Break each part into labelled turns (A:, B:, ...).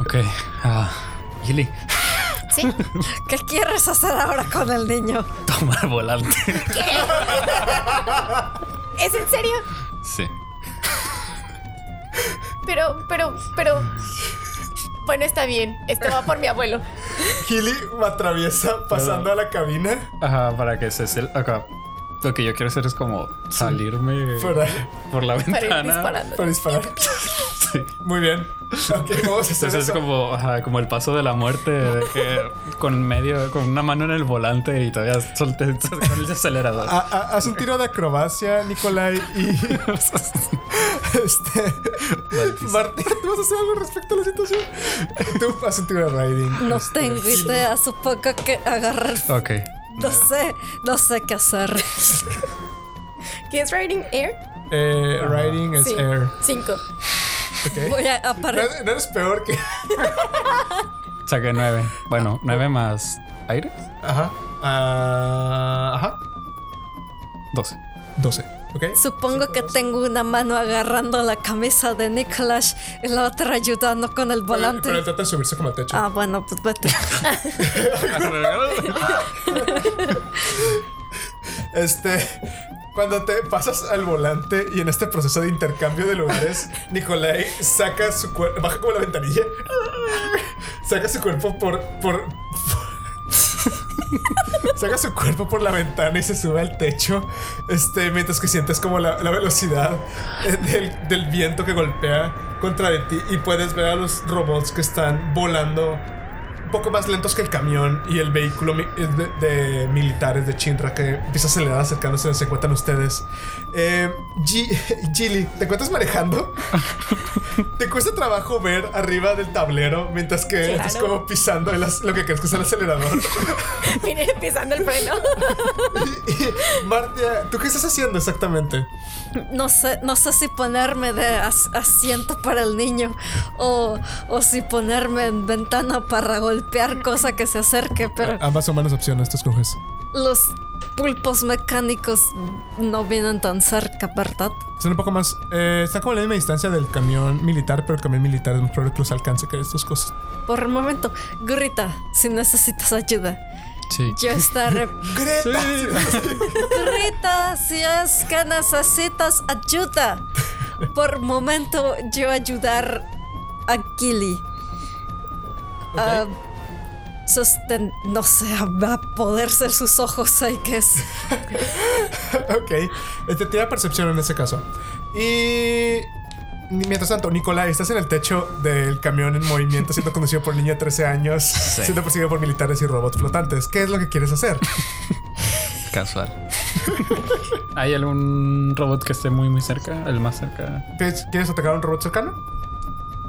A: Ok. Ah, Gilly,
B: ¿Sí? ¿Qué quieres hacer ahora con el niño?
A: tomar volante.
C: ¿Es en serio?
A: Sí.
C: Pero, pero, pero. Bueno, está bien. Esto va por mi abuelo.
D: Gilly atraviesa pasando a la cabina.
A: Ajá, para que se cel... Acá. Lo que yo quiero hacer es como salirme
D: Para,
A: por la
C: Para ir
A: ventana.
C: disparando.
D: para disparar.
A: Sí.
D: Muy bien. Ok, vamos a hacer
A: Entonces es
D: eso.
A: como, ajá, como el paso de la muerte, de que con medio, con una mano en el volante y todavía solté con el acelerador.
D: Ha- ha- Ah, haz un tiro de acrobacia, Nicolai, y. este. Martín, ¿tú vas a hacer algo respecto a la situación? Tú haz un tiro de riding.
B: No tengo idea, supongo que agarrar.
A: Ok.
B: No sé, no sé qué hacer.
C: ¿Qué es Riding Air?
D: Eh, riding es
C: Sí.
D: air.
C: Cinco.
D: Ok.
B: Voy a
D: No,
B: aparecer.
D: no eres peor que.
A: Saqué nueve. Bueno, nueve más aire.
D: Ajá. Ah, ajá.
A: Doce.
D: 12. Ok.
B: Supongo que tengo una mano agarrando la camisa de Nicolás y la otra ayudando con el
D: Pero, pero
B: volante.
D: trata de subirse como al techo.
B: Ah, bueno, pues vete.
D: Este, cuando te pasas al volante y en este proceso de intercambio de lugares, Nicolai saca su cuerpo, baja como la ventanilla, saca su cuerpo por, por, por- saca su cuerpo por la ventana y se sube al techo, este, mientras que sientes como la, la velocidad eh, del, del viento que golpea contra de ti y puedes ver a los robots que están volando un poco más lentos que el camión y el vehículo mi- de, de militares de Chintra que empieza a acelerar acercándose donde se encuentran ustedes. Eh, Gi- Gilly, ¿te encuentras manejando? ¿Te cuesta trabajo ver arriba del tablero mientras que
C: Claro.
D: estás como pisando el ac- lo que crees que es el acelerador?
C: Vine pisando el freno.
D: y, y, Martia, ¿tú qué estás haciendo exactamente?
B: No sé, no sé si ponerme de as- asiento para el niño o, o si ponerme en ventana para golpear cosa que se acerque, pero
D: Ambas son buenas opciones, tú escoges.
B: los pulpos mecánicos no vienen tan cerca, ¿verdad?
D: Están un poco más. eh, están como a la misma distancia del camión militar, pero el camión militar es más probable que los alcance que estas cosas.
B: Por el momento, grita si necesitas ayuda.
A: Sí.
B: Yo estaré.
D: ¡Greta!
B: grita si es que necesitas ayuda. Por momento, yo ayudar a Gilly. a sosten- no sé, a a poder ser sus ojos, hay que es.
D: Ok, este tira percepción en ese caso. Y ni- mientras tanto, Nicolai, estás en el techo del camión en movimiento, siendo conducido por un niño de 13 años, siendo perseguido por militares y robots flotantes. ¿Qué es lo que quieres hacer?
A: Casual. ¿Hay algún robot que esté muy, muy cerca? El más cerca.
D: ¿Quieres quieres atacar a un robot cercano?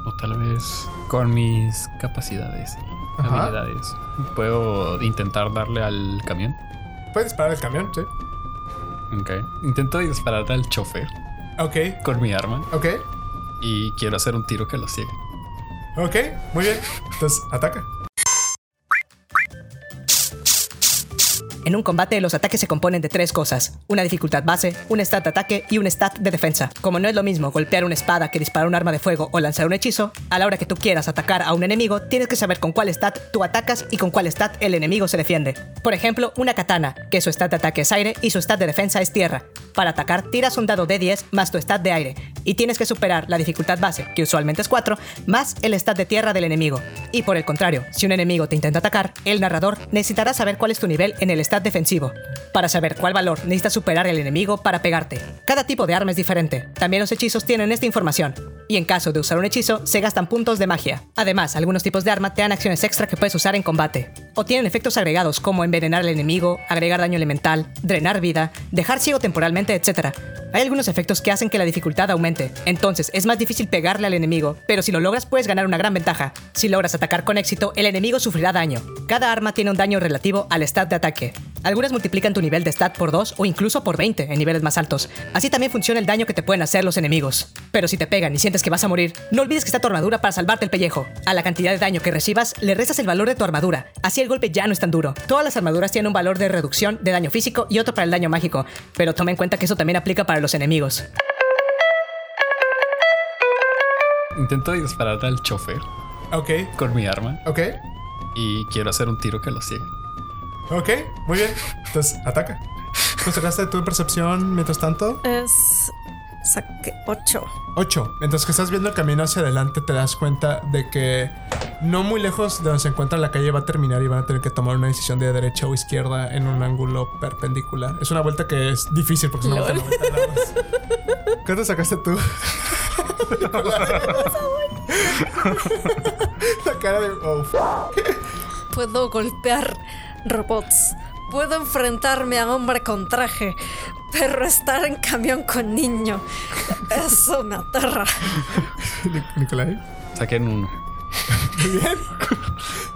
A: O tal vez con mis capacidades y
D: Ajá.
A: habilidades. Puedo intentar darle al camión.
D: Puedes disparar al camión, sí.
A: Ok. Intento disparar al chofer
D: Ok,
A: con mi arma
D: ok,
A: y quiero hacer un tiro que lo ciegue.
D: ok, muy bien. Entonces, ataca.
E: En un combate, los ataques se componen de tres cosas: una dificultad base, un stat de ataque y un stat de defensa. Como no es lo mismo golpear una espada que disparar un arma de fuego o lanzar un hechizo, a la hora que tú quieras atacar a un enemigo, tienes que saber con cuál stat tú atacas y con cuál stat el enemigo se defiende. Por ejemplo, una katana, que su stat de ataque es aire y su stat de defensa es tierra. Para atacar, tiras un dado de 10 más tu stat de aire, y tienes que superar la dificultad base, que usualmente es 4, más el stat de tierra del enemigo. Y por el contrario, si un enemigo te intenta atacar, el narrador necesitará saber cuál es tu nivel en el stat defensivo, para saber cuál valor necesita superar el enemigo para pegarte. Cada tipo de arma es diferente, también los hechizos tienen esta información, y en caso de usar un hechizo, se gastan puntos de magia. Además, algunos tipos de arma te dan acciones extra que puedes usar en combate, o tienen efectos agregados como envenenar al enemigo, agregar daño elemental, drenar vida, dejar ciego temporalmente, etc. Hay algunos efectos que hacen que la dificultad aumente, entonces es más difícil pegarle al enemigo, pero si lo logras puedes ganar una gran ventaja. Si logras atacar con éxito, el enemigo sufrirá daño. Cada arma tiene un daño relativo al stat de ataque. Algunas multiplican tu nivel de stat por 2 o incluso por 20 en niveles más altos. Así también funciona el daño que te pueden hacer los enemigos. Pero si te pegan y sientes que vas a morir, no olvides que está tu armadura para salvarte el pellejo. A la cantidad de daño que recibas, le restas el valor de tu armadura. Así el golpe ya no es tan duro. Todas las armaduras tienen un valor de reducción de daño físico y otro para el daño mágico. Pero toma en cuenta que eso también aplica para los enemigos.
A: Intento disparar al chofer
D: Ok,
A: con mi arma
D: ok,
A: y quiero hacer un tiro que lo ciegue.
D: ok, muy bien. Entonces, ataca. ¿Tú sacaste tu percepción mientras tanto?
B: Es. Saqué 8.
D: 8. Entonces que estás viendo el camino hacia adelante, te das cuenta de que no muy lejos de donde se encuentra la calle va a terminar y van a tener que tomar una decisión de derecha o izquierda en un ángulo perpendicular. Es una vuelta que es difícil porque es una vuelta de 90 grados. ¿Cuánto sacaste tú? la cara de... Oh, f-
B: Puedo golpear robots. Puedo enfrentarme a hombre con traje. Pero estar en camión con niño. Eso me aterra.
D: Nic- Nicolai.
A: Saquen uno.
D: Muy bien.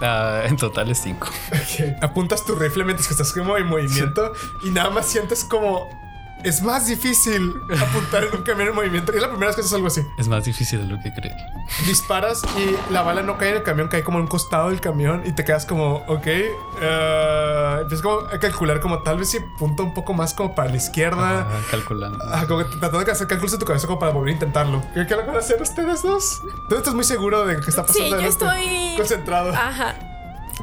A: Ah, en total es cinco.
D: Ok. Apuntas tu rifle mientras que estás como en movimiento y nada más sientes como... Es más difícil apuntar en un camión en movimiento. Y es la primera vez que haces algo así.
A: Es más difícil de lo que creí.
D: disparas y la bala no cae en el camión, cae como en un costado del camión y te quedas como, ok. eh, empiezas como a calcular como tal vez si punta un poco más como para la izquierda.
A: Ah, calculando.
D: Ah, como que tratando de hacer cálculos en tu cabeza como para volver a intentarlo. ¿Qué, qué lo van a hacer ustedes dos? Tú estás muy seguro de lo que está
C: Sí,
D: pasando.
C: yo
D: adelante.
C: estoy.
D: Concentrado.
C: Ajá.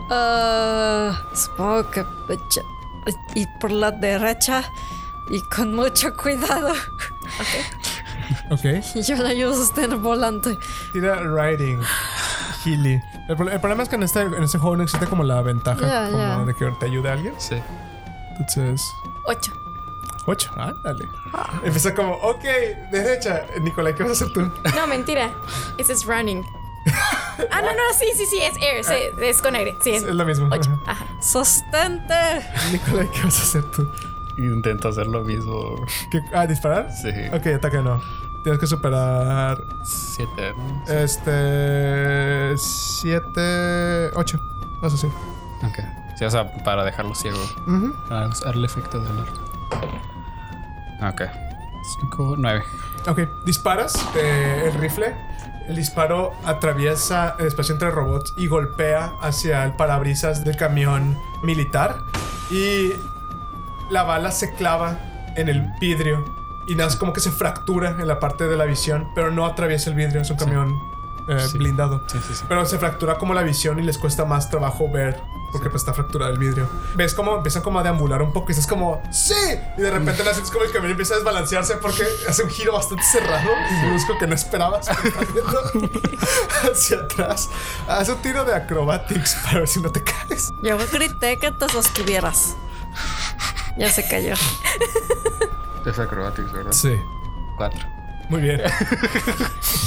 B: Ah, supongo que echa- y por la derecha y con mucho cuidado.
D: Ok.
B: Y yo le ayudo a sostener volante.
D: Tira riding. Healy. El, pro- el problema es que en este, en este juego no existe como la ventaja
B: Ya,
D: como
B: ya.
D: de que te ayude alguien.
A: Sí.
D: Entonces...
C: Ocho.
D: Ocho, ah, dale. Empieza como, ok, derecha. Nicolai, ¿qué vas a hacer tú?
C: No, mentira. Ese es running. Ah, no, no, sí, sí, sí, es air. sí, es con aire. Sí, es
D: Es lo mismo.
C: ocho.
D: Ajá.
C: Ajá.
B: ¡Sostente!
D: Nicolai, ¿qué vas a hacer tú?
A: Intento hacer lo mismo.
D: ¿Qué- ah, disparar?
A: Sí.
D: Ok, ataque no. Tienes que superar.
A: Siete. ¿no?
D: Este. Siete. Ocho. No sé si.
A: Ok. Sí, o sea, para dejarlo ciego. Para usar el efecto del arco. Ok. Cinco, nueve.
D: Ok, disparas eh, el rifle. El disparo atraviesa el espacio entre robots y golpea hacia el parabrisas del camión militar. Y la bala se clava en el vidrio. Y nada, es como que se fractura en la parte de la visión, pero no atraviesa el vidrio. Es un camión eh,
A: Sí.
D: blindado.
A: Sí, sí, sí.
D: Pero se fractura como la visión y les cuesta más trabajo ver porque pues está fracturado el vidrio. Ves como empiezan como a deambular un poco y estás como ¡Sí! Y de repente la sientes como el camión empieza a desbalancearse porque hace un giro bastante cerrado y brusco que no esperabas. hacia atrás. Haz un tiro de acrobatics para ver si no te caes.
B: Yo grité que te sostuvieras. Ya se cayó.
A: Es acrobatics, ¿verdad?
D: Sí.
A: Cuatro.
D: Muy bien.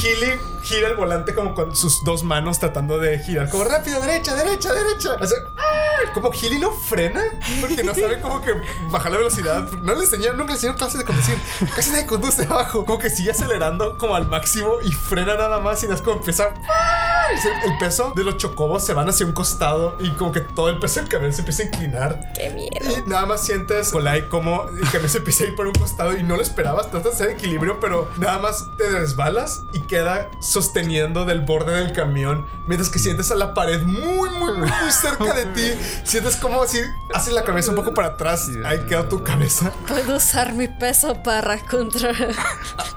D: Healy gira el volante como con sus dos manos tratando de girar. Como rápido, derecha, derecha, derecha. O sea, ¡ah! como Healy no frena porque no sabe como que bajar la velocidad. No le enseñaron, nunca le enseñaron clases de conducir. Casi nadie conduce abajo. Como que sigue acelerando como al máximo y frena nada más y das como empieza. ¡ah! Y se- El peso de los chocobos se van hacia un costado y como que todo el peso del camión se empieza a inclinar.
C: Qué miedo.
D: Y nada más sientes, Colai, como el camión se empieza a ir por un costado y no lo esperabas. Tratas de hacer equilibrio, pero nada más te desbalas y queda sosteniendo del borde del camión. Mientras que sientes a la pared muy, muy, muy, muy cerca de ti. Sientes como si haces la cabeza un poco para atrás. Ahí queda tu cabeza.
B: Puedo usar mi peso para contra.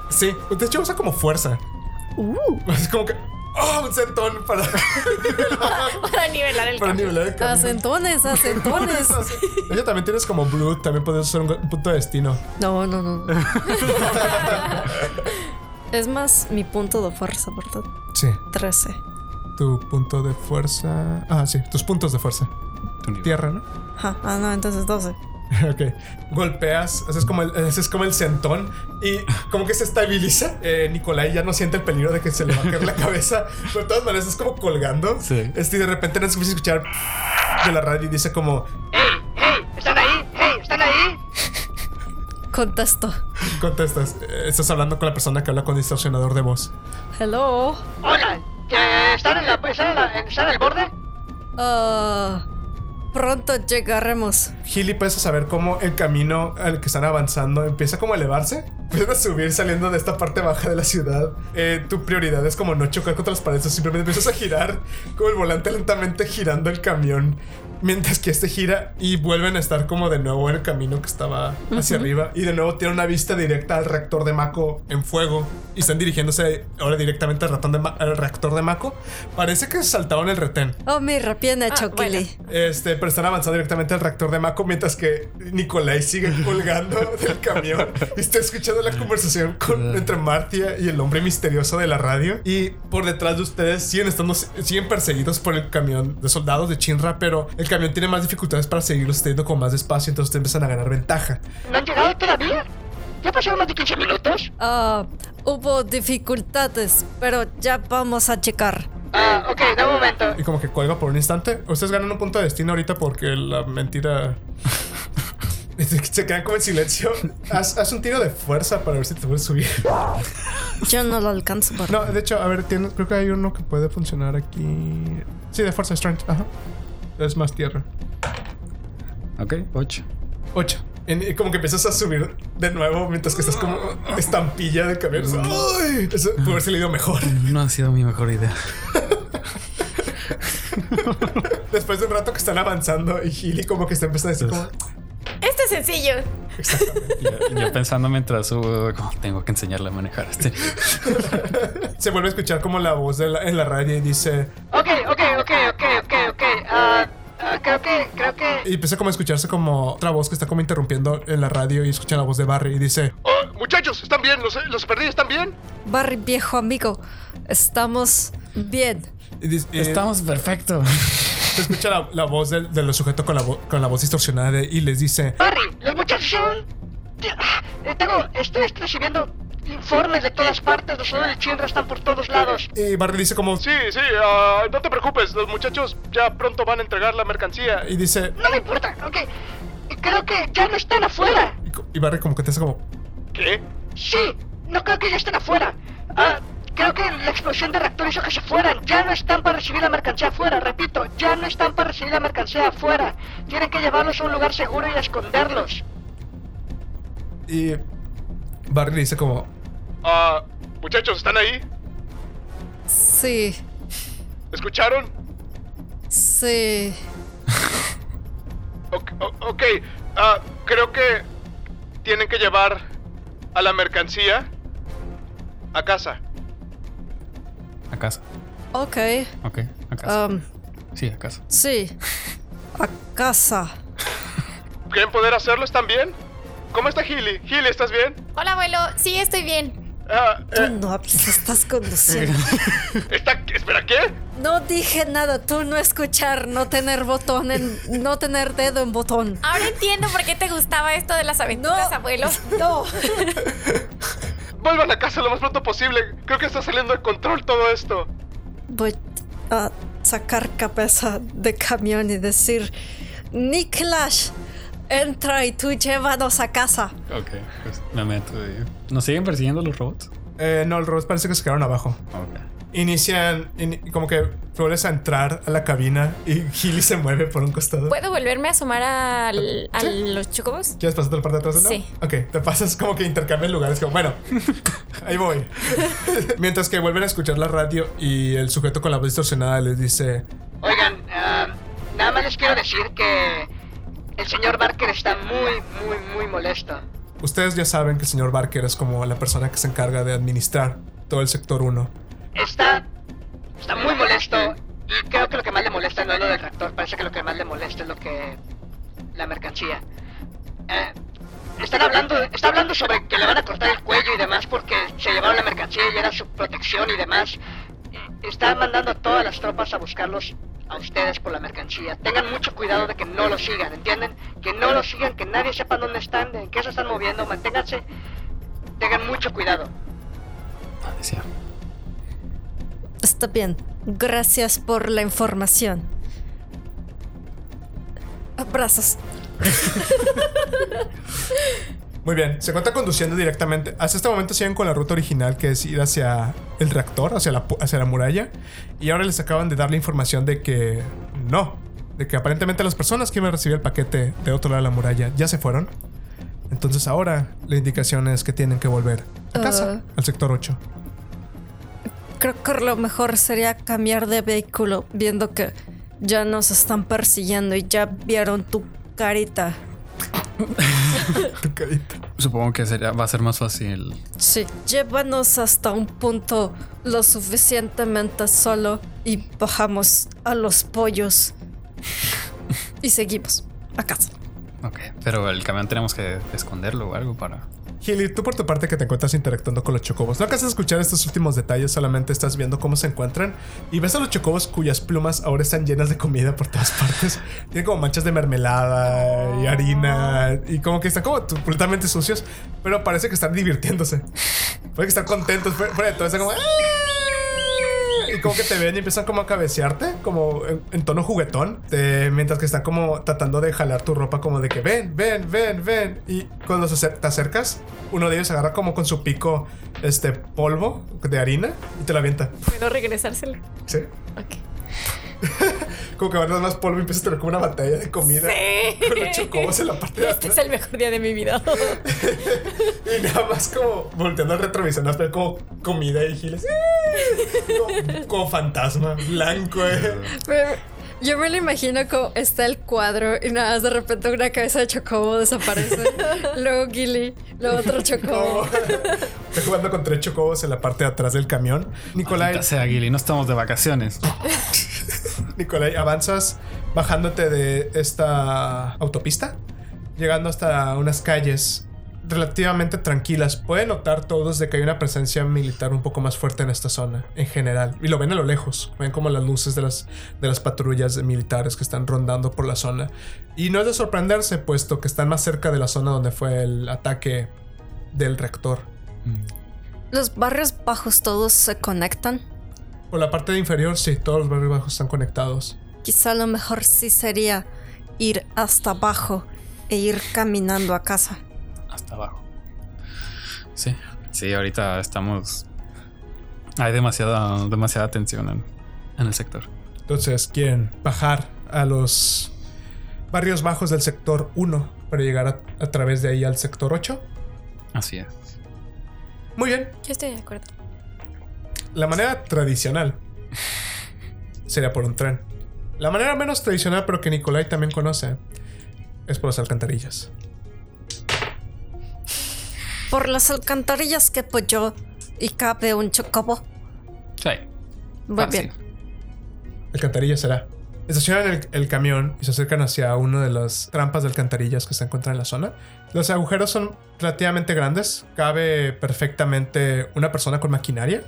D: Sí, de hecho usa como fuerza. Es como que. ¡Oh! Un centón para,
C: Para nivelar el
D: para
C: campo.
D: nivelar el camión.
B: Acentones, acentones.
D: Ella también tienes como Blue, también puedes usar un un punto de destino.
B: No, no, no. no. Es más mi punto de fuerza, ¿verdad?
D: Sí.
B: 13.
D: Tu punto de fuerza. Ah, sí, tus puntos de fuerza.
A: Tu nivel.
D: Tierra, ¿no?
B: Ajá, Ah, no, entonces 12.
D: ok. Golpeas, haces como el, haces como el centón y como que se estabiliza. Eh, Nicolai ya no siente el peligro de que se le va a caer la cabeza. Pero de todas maneras es como colgando.
A: Sí.
D: Este, y de repente no se empieza a escuchar de la radio y dice como
F: ¿Están ahí? ¡Hey! ¿Están ahí?
B: Contesto.
D: contestas. eh, estás hablando con la persona que habla con distorsionador de voz.
B: Hello.
F: Hola, ¿que ¿están en la, están en la, están en el borde?
B: Ah, pronto llegaremos.
D: Gilly puedes saber cómo el camino al que están avanzando empieza como a elevarse. Empiezan a subir saliendo de esta parte baja de la ciudad. Eh, tu prioridad es como no chocar contra las paredes, simplemente empiezas a girar como el volante lentamente girando el camión. Mientras que este gira y vuelven a estar como de nuevo en el camino que estaba hacia arriba. Y de nuevo tiene una vista directa al reactor de Mako en fuego. Y están dirigiéndose ahora directamente al, ratón de Ma- al reactor de Mako. Parece que saltaron el retén.
B: Oh, mi rapiena,
C: Ah,
B: Chokili.
D: Este, pero están avanzando directamente al reactor de Mako mientras que Nicolai sigue colgando del camión y está escuchando la conversación con- entre Martia y el hombre misterioso de la radio. Y por detrás de ustedes siguen estando, siguen perseguidos por el camión de soldados de Chinra, pero el camión tiene más dificultades para seguirlos teniendo con más espacio, entonces ustedes empiezan a ganar ventaja.
F: ¿No han llegado todavía? ¿Ya pasaron más de 15 minutos?
B: Ah, hubo dificultades, pero ya vamos a checar.
F: Ah, ok, da un momento.
D: Y como que cuelga por un instante. Ustedes ganan un punto de destino ahorita porque la mentira. Se quedan como en silencio. Haz, haz un tiro de fuerza para ver si te puedes subir.
B: Yo no lo alcanzo por.
D: No, de hecho, a ver, tiene- creo que hay uno que puede funcionar aquí. Sí, de fuerza strength, ajá. Es más tierra.
A: Ok, 8.
D: 8. Y como que empiezas a subir de nuevo mientras que estás como estampilla de cabeza. ¡Ay! Eso pudo haber salido mejor.
A: No ha sido mi mejor idea.
D: Después de un rato que están avanzando y Gilly como que está empezando a decir como...
C: Este es sencillo.
A: Yo, yo pensando mientras subo, como, tengo que enseñarle a manejar este.
D: Se vuelve a escuchar como la voz de la- en la radio y dice...
F: Ok, ok, ok, ok, ok, ok. Ah, ah, creo que, creo que...
D: Y empieza como a escucharse como otra voz que está como interrumpiendo en la radio y escucha la voz de Barry y dice...
F: Oh, muchachos, ¿están bien? ¿Los, los perdidos están bien?
B: Barry, viejo amigo, estamos bien.
D: y dice- y-
A: Estamos perfecto.
D: Se escucha la, la voz del, del sujeto con la, vo- con la voz distorsionada de- y les dice...
F: Barry, los muchachos son... Ti- ah, eh, Tengo, estoy estoy recibiendo informes de todas partes, los soldados de Chinra están por todos lados.
D: Y Barry dice como... "Sí".
G: Sí, sí, ah, no te preocupes, los muchachos ya pronto van a entregar la mercancía.
D: Y dice...
F: No me importa, ok. Creo que ya no están afuera.
D: y co- Y Barry como que te hace como...
G: ¿Qué?
F: Sí, no creo que ya estén afuera. Ah, creo que la explosión de reactor hizo que se fueran. Ya no están para recibir la mercancía afuera, repito, ya no están para recibir la mercancía afuera. Tienen que llevarlos a un lugar seguro y a esconderlos.
D: Y Barry le dice como...
G: Ah, muchachos, ¿están ahí?
B: Sí,
G: ¿Escucharon?
B: sí.
G: Ok, o- ok, ah, creo que tienen que llevar a la mercancía a casa.
A: A casa.
B: Ok.
A: Ok, a casa.
B: um,
A: sí, a casa.
B: sí. A casa.
G: ¿Creen poder hacerlo? ¿Están bien? ¿Cómo está Gilly? Gilly, ¿estás bien?
C: Hola, abuelo. Sí, estoy bien.
G: Ah,
B: Tú no hablas, estás conduciendo.
G: está... Espera, ¿qué?
B: No dije nada, tú no escuchar, no tener botón en, no tener dedo en botón.
C: Ahora entiendo por qué te gustaba esto de las aventuras,
B: No.
C: abuelo.
B: No.
G: Vuelvan a casa lo más pronto posible. Creo que está saliendo de control todo esto.
B: Voy a sacar cabeza de camión y decir, Niklash, entra y tú llévanos a casa.
A: Ok, pues me meto. y- ¿Nos siguen persiguiendo los robots?
D: "Eh, no, el robot parece que se quedaron abajo.
A: Ok.
D: Inician... in- como que vuelves a entrar a la cabina y Gilly se mueve por un costado.
C: ¿Puedo volverme a asomar al- a los chocobos?
D: ¿Quieres pasarte la parte de atrás de nuevo?
C: Sí.
D: Ok, te pasas como que intercambian lugares, como bueno, ahí voy. Mientras que vuelven a escuchar la radio y el sujeto con la voz distorsionada les dice:
F: Oigan, ah, nada más les quiero decir que el señor Barker está muy, muy, muy molesto.
D: Ustedes ya saben que el señor Barker es como la persona que se encarga de administrar todo el sector 1.
F: Está, está muy molesto y creo que lo que más le molesta no es lo del reactor, parece que lo que más le molesta es lo que... la mercancía. Eh, están hablando, está hablando sobre que le van a cortar el cuello y demás porque se llevaron la mercancía y era su protección y demás. Y Está mandando a todas las tropas a buscarlos a ustedes por la mercancía. Tengan mucho cuidado de que no los sigan, ¿entienden? Que no los sigan, que nadie sepa dónde están, en qué se están moviendo, manténganse. Tengan mucho cuidado.
A: Maldición.
B: Está bien, gracias por la información. Abrazos.
D: Muy bien, se cuenta conduciendo directamente. Hasta este momento siguen con la ruta original que es ir hacia el reactor, hacia la, pu- hacia la muralla. Y ahora les acaban de dar la información de que no, de que aparentemente las personas que iban a recibir el paquete de otro lado de la muralla ya se fueron. Entonces ahora la indicación es que tienen que volver a casa, al sector 8.
B: Creo que lo mejor sería cambiar de vehículo, viendo que Ya nos están persiguiendo y ya vieron tu carita.
D: Tu carita.
A: Supongo que sería, va a ser más fácil.
B: Sí, llévanos hasta un punto lo suficientemente solo y bajamos a los pollos. Y seguimos a casa.
A: Ok, pero el camión tenemos que esconderlo o algo para.
D: Gili, tú por tu parte que te encuentras interactuando con los chocobos, no alcanzas a escuchar estos últimos detalles, solamente estás viendo cómo se encuentran y ves a los chocobos cuyas plumas ahora están llenas de comida por todas partes. Tienen como manchas de mermelada y harina y como que están como tu- completamente sucios, pero parece que están divirtiéndose. Parece que están contentos, fuera fuera de todo, están como... "¡Ah!" Y como que te ven y empiezan como a cabecearte, como en, en tono juguetón, te- mientras que están como tratando de jalar tu ropa, como de que ven, ven, ven, ven. Y cuando se acer- te acercas, uno de ellos agarra como con su pico este polvo de harina y te la avienta.
C: Bueno, regresárselo.
D: Sí.
C: Ok.
D: Como que agarras más polvo y empiezas a tener como una batalla de comida con los chocobos en la parte de
C: Este
D: atrás.
C: es el mejor día de mi vida.
D: Y nada más como volteando al retrovisor, nada más ver como comida y giles. ¡Eh! Como, como fantasma, blanco, eh.
B: Yo me lo imagino como está el cuadro y nada más de repente una cabeza de chocobo desaparece. luego Gilly, luego otro chocobo.
D: Estoy jugando con tres chocobos en la parte de atrás del camión. Nicolai,
A: Maldita sea, Gilly, no estamos de vacaciones.
D: Nicolai, avanzas bajándote de esta autopista, llegando hasta unas calles relativamente tranquilas. Pueden notar todos de que hay una presencia militar un poco más fuerte en esta zona, en general. Y lo ven a lo lejos. Ven como las luces de las, de las patrullas militares que están rondando por la zona. Y no es de sorprenderse, puesto que están más cerca de la zona donde fue el ataque del rector.
A: Mm,
B: Los barrios bajos todos se conectan.
D: Por la parte inferior, sí, todos los barrios bajos están conectados.
B: Quizá lo mejor sí sería ir hasta abajo e ir caminando a casa.
A: Hasta abajo. Sí, sí, ahorita estamos. Hay demasiada, demasiada tensión en, en el sector.
D: Entonces quieren bajar a los barrios bajos del sector 1 para llegar a, a través de ahí al sector 8.
A: Así es.
D: Muy bien,
C: Yo estoy de acuerdo.
D: la manera tradicional sería por un tren. La manera menos tradicional, pero que Nicolai también conoce, es por las alcantarillas.
B: Por las alcantarillas que pues yo y cabe un chocobo.
A: Sí.
B: Muy
A: fácil.
B: bien.
D: Alcantarillas será. Estacionan el, el camión y se acercan hacia una de las trampas de alcantarillas que se encuentran en la zona. Los agujeros son relativamente grandes. Cabe perfectamente una persona con maquinaria.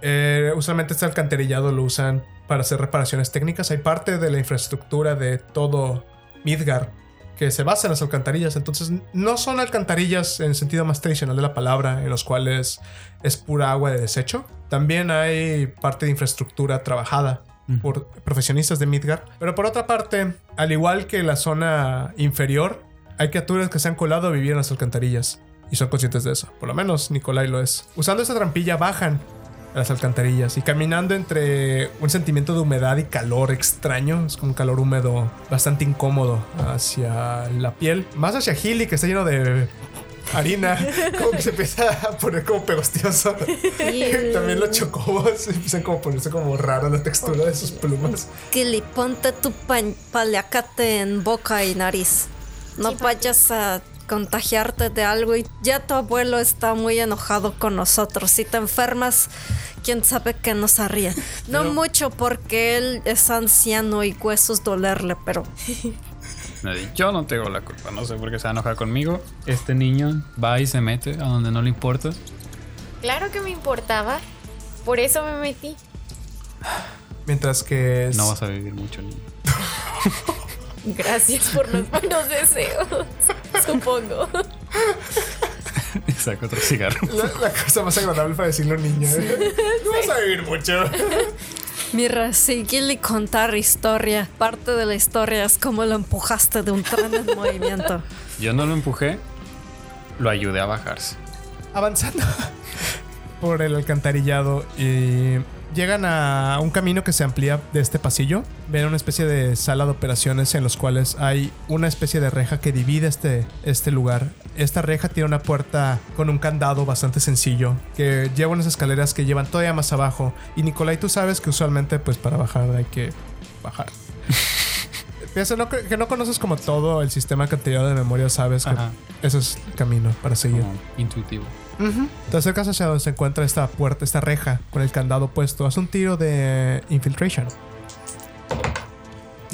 D: Eh, usualmente este alcantarillado lo usan para hacer reparaciones técnicas. Hay parte de la infraestructura de todo Midgar que se basa en las alcantarillas. Entonces no son alcantarillas en el sentido más tradicional de la palabra, en los cuales es pura agua de desecho. También hay parte de infraestructura trabajada por profesionistas de Midgar. Pero por otra parte, al igual que la zona inferior, hay criaturas que se han colado a vivir en las alcantarillas. Y son conscientes de eso. Por lo menos Nicolai lo es. Usando esta trampilla bajan a las alcantarillas y caminando entre un sentimiento de humedad y calor extraño, es como un calor húmedo bastante incómodo hacia la piel, más hacia Hilly que está lleno de harina, como que se empieza a poner como pegostioso. También los chocobos empiezan como a ponerse como raro la textura de sus plumas.
B: Gilly, ponte tu pan- paliacate en boca y nariz. No vayas a contagiarte de algo y ya tu abuelo está muy enojado con nosotros. Si te enfermas, quién sabe qué nos haría. No mucho porque él es anciano y huesos dolerle, pero
A: Nadie. Yo no tengo la culpa, no sé por qué se va a enojar conmigo. Este niño va y se mete a donde no le importa.
C: Claro que me importaba. Por eso me metí.
D: Mientras que
A: No vas a vivir mucho, niño.
C: Gracias por los buenos deseos. Supongo.
A: Y saca otro cigarro.
D: la, la cosa más agradable para decirle a un niño. ¿eh? No vas a vivir mucho.
B: Mira, si Gilly contar historia, parte de la historia es como lo empujaste de un tren en movimiento.
A: Yo no lo empujé, lo ayudé a bajarse.
D: avanzando por el alcantarillado y llegan a un camino que se amplía de este pasillo. Ven una especie de sala de operaciones en los cuales hay una especie de reja que divide este, este lugar. Esta reja tiene una puerta con un candado bastante sencillo que lleva unas escaleras que llevan todavía más abajo. Y Nicolai, tú sabes que usualmente pues para bajar hay que bajar. Piensa no, que que no conoces como todo el sistema que te lleva de memoria, sabes que
A: Ajá.
D: ese es el camino para seguir.
A: Como intuitivo.
D: Te acercas hacia donde se encuentra esta puerta, esta reja con el candado puesto. Haz un tiro de infiltration.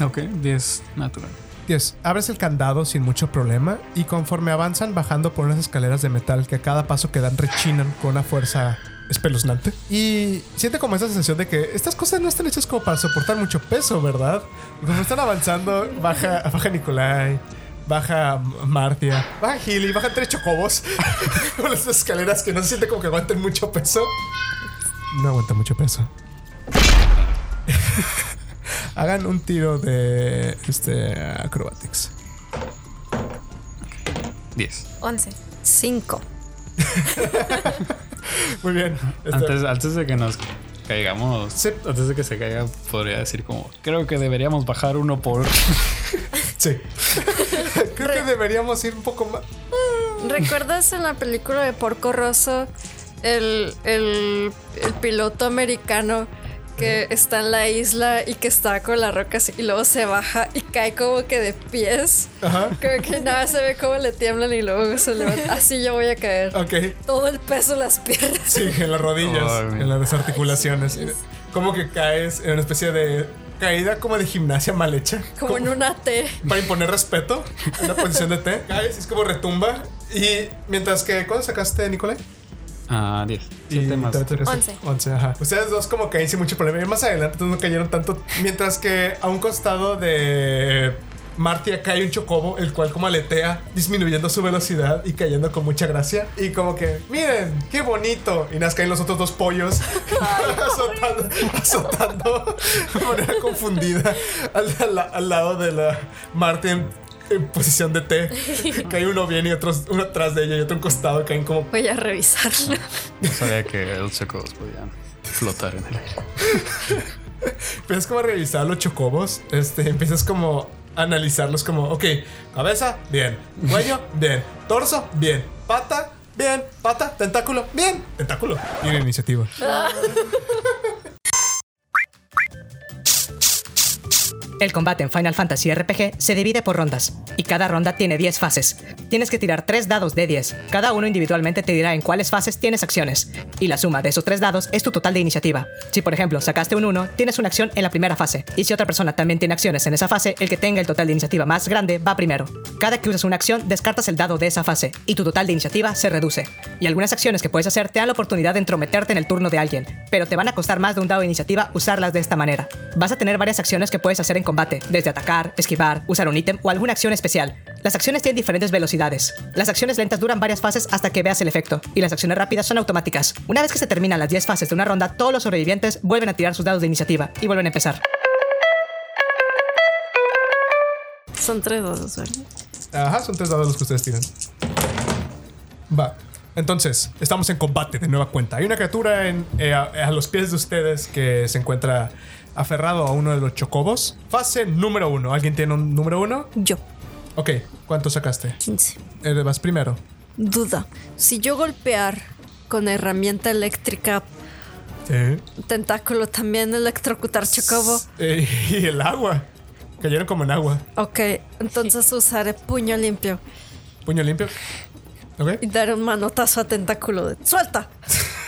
A: Ok, 10 natural.
D: 10. Abres el candado sin mucho problema y conforme avanzan bajando por unas escaleras de metal que a cada paso que dan rechinan con una fuerza espeluznante. Y siente como esa sensación de que estas cosas no están hechas como para soportar mucho peso, ¿verdad? Y como están avanzando, baja, baja Nikolai. Baja Martia, baja Healy, bajan tres chocobos con las escaleras que no se siente como que aguanten mucho peso. No aguanta mucho peso. Hagan un tiro de este acrobatics.
A: 10.
C: 11.
B: Cinco.
D: Muy bien. Este-
A: Antes, antes de que nos caigamos,
D: Sí.
A: antes de que se caiga, podría decir como, creo que deberíamos bajar uno por...
D: Sí. Creo que deberíamos ir un poco más.
B: ¿Recuerdas en la película de Porco Rosso el, el- el piloto americano que está en la isla y que está con las rocas y luego se baja y cae como que de pies?
D: Ajá.
B: Creo que nada, se ve cómo le tiemblan y luego se levanta. Así yo voy a caer.
D: Ok.
B: Todo el peso en las piernas.
D: Sí, en las rodillas,
A: Ay, mira.
D: en las articulaciones. Como que caes en una especie de caída como de gimnasia mal hecha.
B: Como en una T.
D: para imponer respeto en una posición de T. Caes, es como retumba. Y mientras que, ¿cuándo sacaste, Nicolai?
A: Ah, 10.
D: Y
A: 7 más.
D: te- te- te-
C: Once.
D: Once, ajá. Ustedes dos como caen sin mucho problema. Y más adelante entonces no cayeron tanto. Mientras que a un costado de Martia cae un chocobo, el cual como aletea, disminuyendo su velocidad y cayendo con mucha gracia. Y como que, miren, qué bonito. Y nas caen los otros dos pollos azotando, azotando de manera confundida al, al- al lado de la Martia en, en posición de T. Cae uno bien y otros uno atrás de ella y otro a un costado caen como
B: Voy a revisarlo.
A: No sabía que los chocobos podían flotar en el aire.
D: Empiezas como a revisar los chocobos. Este, empiezas como a analizarlos como, ok, cabeza, bien. Cuello, bien. Torso, bien. Pata, bien. Pata, tentáculo, bien. Tentáculo. Tiene iniciativa.
E: El combate en Final Fantasy RPG se divide por rondas, y cada ronda tiene 10 fases. Tienes que tirar 3 dados de 10, cada uno individualmente te dirá en cuáles fases tienes acciones, y la suma de esos 3 dados es tu total de iniciativa. Si por ejemplo sacaste un 1, tienes una acción en la primera fase, y si otra persona también tiene acciones en esa fase, el que tenga el total de iniciativa más grande va primero. Cada que usas una acción, descartas el dado de esa fase, y tu total de iniciativa se reduce. Y algunas acciones que puedes hacer te dan la oportunidad de entrometerte en el turno de alguien, pero te van a costar más de un dado de iniciativa usarlas de esta manera. Vas a tener varias acciones que puedes hacer en combate, desde atacar, esquivar, usar un ítem o alguna acción especial. Las acciones tienen diferentes velocidades. Las acciones lentas duran varias fases hasta que veas el efecto, y las acciones rápidas son automáticas. Una vez que se terminan las 10 fases de una ronda, todos los sobrevivientes vuelven a tirar sus dados de iniciativa y vuelven a empezar.
C: Son tres dos, ¿verdad?
D: Ajá, son tres dados los que ustedes tiran. Va. Entonces, estamos en combate de nueva cuenta. Hay una criatura en- eh, a, a los pies de ustedes que se encuentra aferrado a uno de los chocobos. Fase número uno. ¿Alguien tiene un número uno?
B: Yo,
D: Ok, ¿cuánto sacaste?
B: 15.
D: Eh, vas primero.
B: Duda. Si yo golpear con herramienta eléctrica,
D: Sí.
B: tentáculo también, electrocutar chocobo.
D: Eh, y el agua. Cayeron como en agua.
B: Ok, entonces usaré puño limpio
D: Puño limpio. Ok.
B: y dar un manotazo a tentáculo de... ¡Suelta!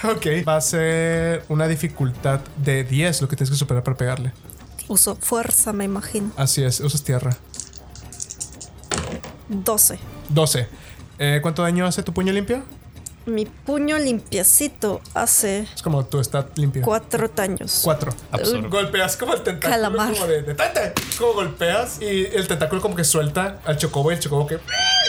D: Ok. Va a ser una dificultad de 10 lo que tienes que superar para pegarle.
B: Uso fuerza, me imagino.
D: Así es, usas tierra.
B: 12.
D: 12. Eh, ¿Cuánto daño hace tu puño limpio?
B: Mi puño limpiecito hace
D: Es como tu stat limpio.
B: cuatro daños.
D: 4.
A: Absorbe.
D: Golpeas como el tentáculo.
B: Calamar.
D: Como de detente. Como golpeas y el tentáculo como que suelta al chocobo y el chocobo que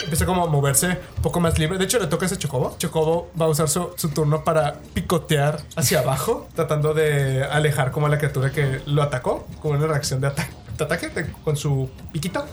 D: empieza como a moverse un poco más libre. De hecho, le toca ese chocobo. Chocobo va a usar su, su turno para picotear hacia abajo, tratando de alejar como a la criatura que lo atacó, como una reacción de ataque. de ataque de- con su piquito.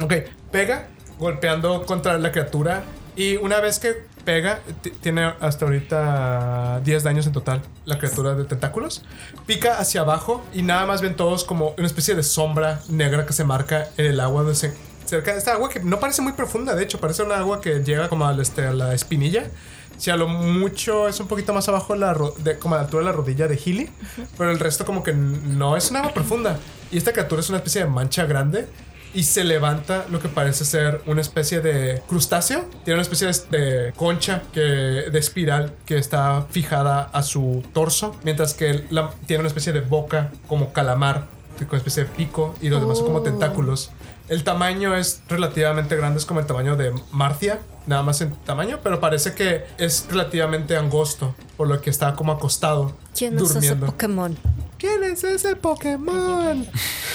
D: Ok, pega golpeando contra la criatura y una vez que pega, t- tiene hasta ahorita 10 daños en total la criatura de tentáculos. Pica hacia abajo y nada más ven todos como una especie de sombra negra que se marca en el agua donde se... Cerca de esta agua que no parece muy profunda, de hecho, parece una agua que llega como al, este, a la espinilla. Si a lo mucho es un poquito más abajo, la ro- de- como a la altura de la rodilla de Healy, pero el resto como que n- no es un agua profunda. Y esta criatura es una especie de mancha grande. Y se levanta lo que parece ser una especie de crustáceo. Tiene una especie de, de concha que, de espiral que está fijada a su torso. Mientras que la- tiene una especie de boca como calamar. Con una especie de pico y los demás son como tentáculos. El tamaño es relativamente grande, es como el tamaño de Marcia, nada más en tamaño, pero parece que es relativamente angosto, por lo que está como acostado,
B: ¿Quién es ese
D: durmiendo.
B: Pokémon?
D: ¿Quién es ese Pokémon?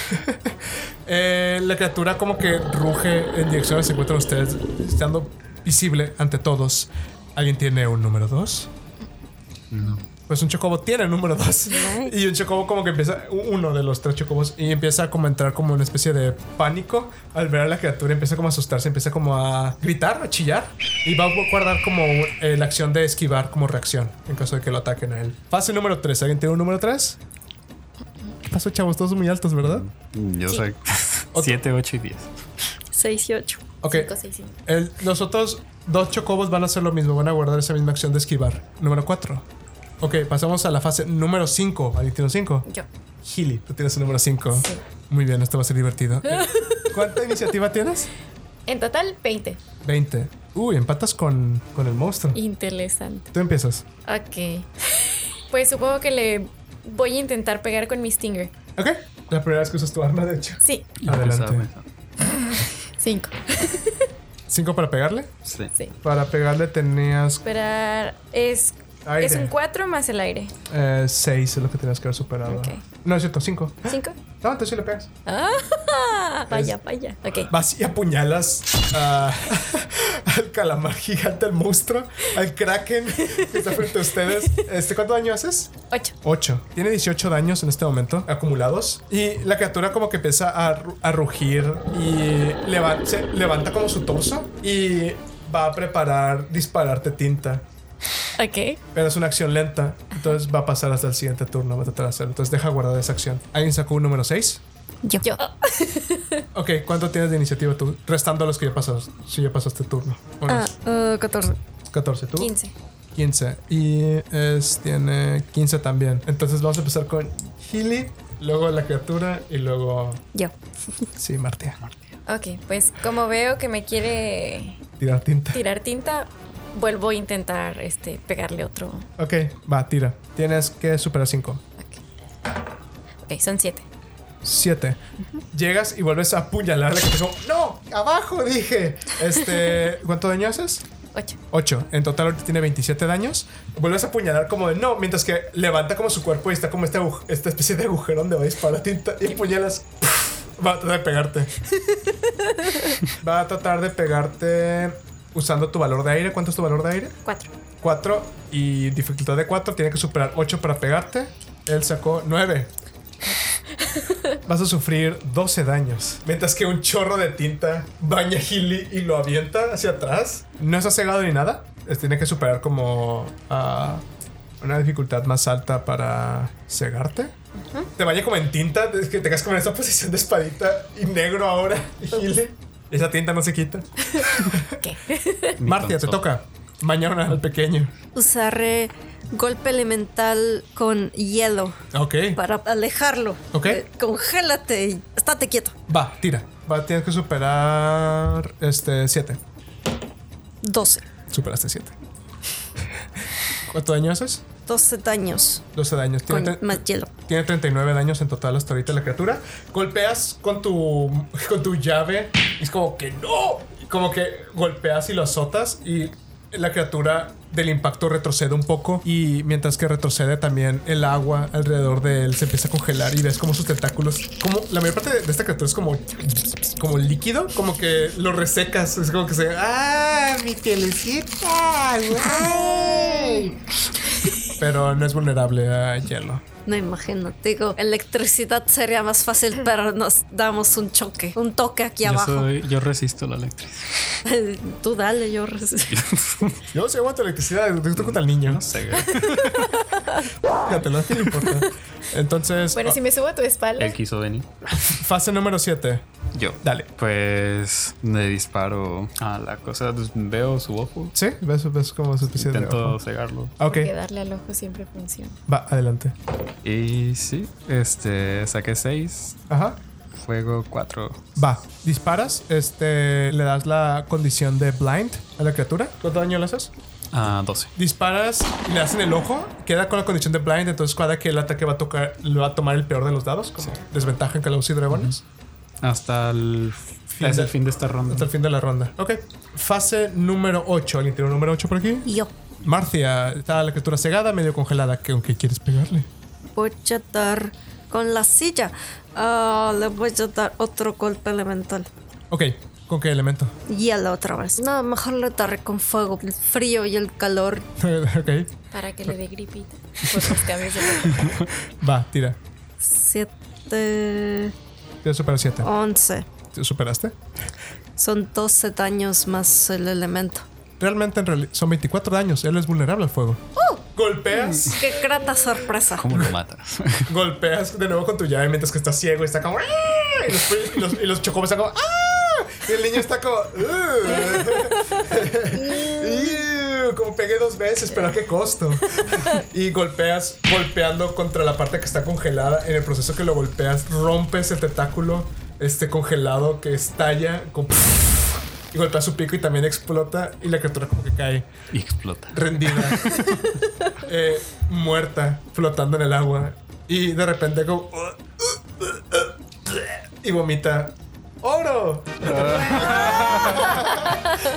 D: Eh, la criatura como que ruge en dirección donde se encuentran ustedes, estando visible ante todos. ¿Alguien tiene un número 2? Pues un chocobo tiene el número 2. Y un chocobo como que empieza, u- uno de los tres chocobos, y empieza como a entrar como una especie de pánico al ver a la criatura, empieza como a asustarse, empieza como a gritar, a chillar, y va a guardar como eh, la acción de esquivar como reacción en caso de que lo ataquen a él. Fase número 3, ¿alguien tiene un número 3? ¿Qué pasó, chavos? Todos muy altos, ¿verdad?
A: Mm, Yo soy 7, 8 y 10.
C: 6 y 8.
D: Ok.
C: 5, 6 y
D: El- los otros dos chocobos van a hacer lo mismo, van a guardar esa misma acción de esquivar. Número 4. Ok, pasamos a la fase número 5. ¿Alguien tiene 5?
C: Yo.
D: Gili, tú tienes el número 5.
C: Sí.
D: Muy bien, esto va a ser divertido. Eh, ¿Cuánta iniciativa tienes?
C: En total, 20.
D: 20. Uy, empatas con, con el monstruo.
C: Interesante.
D: Tú empiezas.
C: Ok. Pues supongo que le voy a intentar pegar con mi Stinger.
D: Ok. La primera vez que usas tu arma, de hecho.
C: Sí,
D: Adelante.
C: 5.
D: 5 para pegarle.
A: Sí.
C: Sí.
D: Para pegarle tenías
C: Esperar. Es,
D: Aire.
C: es un 4 más el aire.
D: 6, eh, es lo que tenías que haber superado.
C: Ok.
D: No, es cierto, 5.
C: 5.
D: No, entonces sí le pegas.
C: Ah, vaya, vaya. Ok.
D: Vas y apuñalas a- al calamar gigante, al monstruo, al kraken que está frente a ustedes. Este, ¿Cuánto daño haces?
C: 8.
D: 8. Tiene 18 daños en este momento acumulados. Y la criatura como que empieza a, ru- a rugir y leva- se levanta como su torso y va a preparar dispararte tinta.
C: Ok.
D: Pero es una acción lenta, entonces va a pasar hasta el siguiente turno, va a tratar de hacerlo. Entonces deja guardada esa acción. ¿Alguien sacó un número 6?
C: Yo.
D: Ok, ¿cuánto tienes de iniciativa tú? Restando a los que ya pasaste, si ya pasaste turno. Bueno,
B: Ah,
D: es
B: eh, 14.
D: 14 tú.
C: 15.
D: 15. Y es, tiene 15 también. Entonces vamos a empezar con Healy, luego la criatura y luego...
B: Yo.
D: Sí, Martia.
C: Ok, pues como veo que me quiere
D: Tirar tinta.
C: tirar tinta, vuelvo a intentar este, pegarle otro.
D: Ok, va, tira. Tienes que superar 5.
C: Ok, son 7.
D: 7. Llegas y vuelves a apuñalarle. Que te digo, no, abajo dije. Este, ¿Cuánto daño haces?
C: 8.
D: 8. En total ahorita tiene 27 daños. Vuelves a apuñalar como de no, mientras que levanta como su cuerpo y está como este agu- esta especie de agujero donde va a disparar tinta y apuñalas. Va a tratar de pegarte. Va a tratar de pegarte usando tu valor de aire. ¿Cuánto es tu valor de aire?
C: 4.
D: 4 y dificultad de 4. Tiene que superar 8 para pegarte. Él sacó 9. Vas a sufrir 12 daños. Mientras que un chorro de tinta baña a Healy y lo avienta hacia atrás. No está cegado ni nada. Es- tiene que superar como ah, una dificultad más alta para cegarte. Te baña como en tinta. Es que te quedas como en esta posición de espadita y negro ahora, Healy. Esa tinta no se quita. Martia, te toca. Mañana al pequeño.
B: Usaré golpe elemental con hielo
D: Ok.
B: para alejarlo.
D: Ok.
B: Eh, congélate y estate quieto.
D: Va, tira. Va, tienes que superar este 7.
B: 12.
D: Superaste 7. ¿Cuánto daño haces?
B: 12 daños
D: 12 daños.
B: con
D: Tiene, tre-
B: más hielo.
D: tiene 39 daños en total hasta ahorita la criatura. Golpeas con tu, con tu llave. y es como que no. Y Como que golpeas y lo azotas y la criatura del impacto retrocede un poco y mientras que retrocede también el agua alrededor de él se empieza a congelar y ves como sus tentáculos como la mayor parte de- de esta criatura es como como líquido, como que lo resecas. Es como que se. ¡Ah! ¡Mi pielecita! güey! Pero no es vulnerable a hielo.
B: No imagino. Digo, electricidad sería más fácil, pero nos damos un choque, un toque aquí
A: Yo,
B: abajo.
A: soy- yo resisto la electricidad.
B: Tú dale, yo res-
D: Yo sí aguanto electricidad, estoy contra el niño.
A: No sé, güey.
D: Fíjate, no te importa. Entonces, ah,
C: Bueno, si me subo a tu espalda.
A: Él quiso venir.
D: fase número 7.
A: Yo.
D: Dale.
A: Pues le disparo a la cosa. pues, Veo su ojo.
D: ¿Sí? ¿Ves, ves como su especie de.
A: Intento
D: ojo?
A: cegarlo.
D: Ah, Ok,
C: Que darle al ojo siempre funciona.
D: va, adelante.
A: Y sí, este, saqué 6,
D: Ajá.
A: fuego 4.
D: Va, disparas, este, le das la condición de blind a la criatura. ¿Cuánto daño le haces?
A: Ah, 12.
D: Disparas y le das en el ojo, queda con la condición de blind, entonces cada que el ataque va a tocar, le va a tomar el peor de los dados, como desventaja en Calabozos y Dragones,
A: Hasta el
D: Fin
A: es
D: de-
A: el fin de esta ronda.
D: hasta el fin de la ronda. Ok, fase número 8, ¿alguien tiene un número 8 por aquí?
B: Yo.
D: Marcia, está la criatura cegada, medio congelada, ¿con qué quieres pegarle?
B: Voy a dar con la silla. Ah, le voy a dar otro golpe elemental.
D: Ok, ¿con qué elemento?
B: Y a la otra vez. No, mejor le daré con fuego. El frío y el calor.
D: ok,
C: Para que le dé gripita. Por los cambios de color.
D: va, tira.
B: 7,
D: Ya superas 7.
B: 11.
D: ¿Superaste?
B: Son 12 daños más el elemento.
D: Realmente en realidad son 24 daños, él es vulnerable al fuego. Golpeas
B: Qué grata sorpresa.
A: ¿Cómo lo matas?
D: golpeas de nuevo con tu llave mientras que está ciego y está como "¡Ah!", y los, y los, y los chocobos están como "¡Ah!", y el niño está como "Ugh". Ugh, como pegué dos veces pero a qué costo y golpeas golpeando contra la parte que está congelada en el proceso que lo golpeas rompes el tentáculo este congelado que estalla como y golpea su pico y también explota y la criatura como que cae
A: y explota.
D: rendida, eh, muerta, flotando en el agua. Y de repente como... Y vomita oro.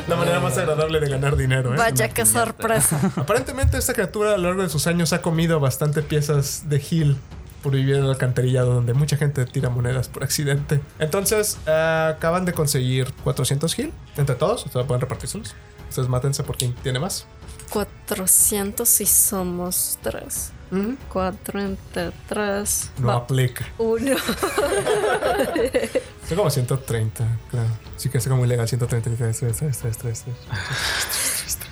D: La manera más agradable de ganar dinero. ¿eh?
B: Vaya qué sorpresa.
D: Aparentemente esta criatura a lo largo de sus años ha comido bastante piezas de gil por vivir en el alcantarillado donde mucha gente tira monedas por accidente. Entonces eh, acaban de conseguir 400 gil entre todos. Ustedes pueden repartírselos. Ustedes mátense por quien tiene más.
B: 400 y somos 3. 4 entre 3.
D: No aplica.
B: 1.
D: Son como 130, claro. Sí que es como ilegal, 130, 33, 33, 33,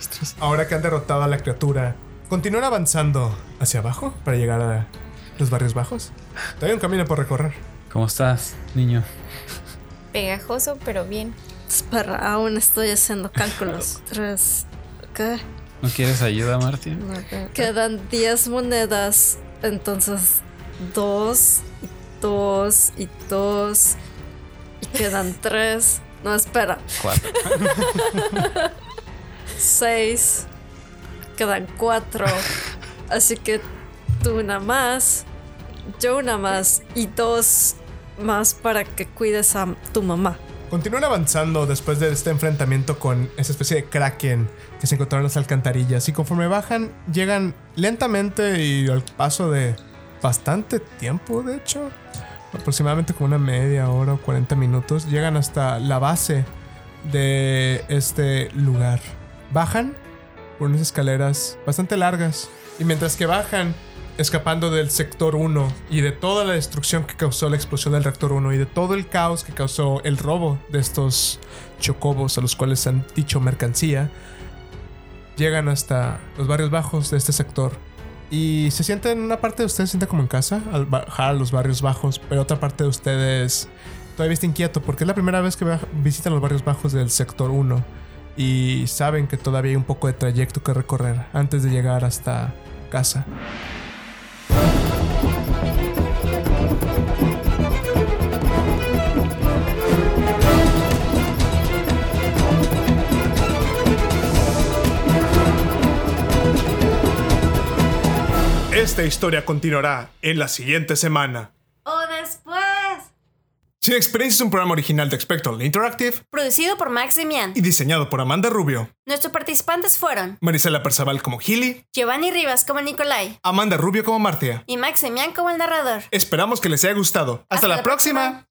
D: 33. Ahora que han derrotado a la criatura, continúan avanzando hacia abajo para llegar a los barrios bajos. Todavía hay un camino por recorrer.
A: ¿Cómo estás, niño?
C: Pegajoso, pero bien.
B: Espera, aún estoy haciendo cálculos. 3. ¿Qué?
A: ¿No quieres ayuda, Martín?
B: Quedan 10 monedas. Entonces, 2 y 2 y 2. Y quedan 3. No, espera.
A: Cuatro.
B: 6. Quedan 4. Así que tú una más. Yo una más. Y dos más para que cuides a tu mamá.
D: Continúan avanzando después de este enfrentamiento con esa especie de kraken que se encontraron en las alcantarillas. Y conforme bajan, llegan lentamente y al paso de bastante tiempo, de hecho, aproximadamente como una media hora o 40 minutos, llegan hasta la base de este lugar. Bajan por unas escaleras bastante largas. Y mientras que bajan, escapando del sector 1 y de toda la destrucción que causó la explosión del reactor 1 y de todo el caos que causó el robo de estos chocobos a los cuales se han dicho mercancía, llegan hasta los barrios bajos de este sector. Y se sienten, una parte de ustedes se siente como en casa al bajar a los barrios bajos, pero otra parte de ustedes todavía está inquieto porque es la primera vez que baja- visitan los barrios bajos del sector 1 y saben que todavía hay un poco de trayecto que recorrer antes de llegar hasta casa. Esta historia continuará en la siguiente semana.
H: O después.
D: Sin Experiencia es un programa original de Spectral Interactive
H: Producido por Max Demian.
D: y diseñado por Amanda Rubio,
H: Nuestros participantes fueron
D: Marisela Perzaval como Gilly,
H: Giovanni Rivas como Nicolai
D: Amanda Rubio como Martia.
H: y Max Demian como el narrador.
D: Esperamos que les haya gustado. Hasta, la, próxima.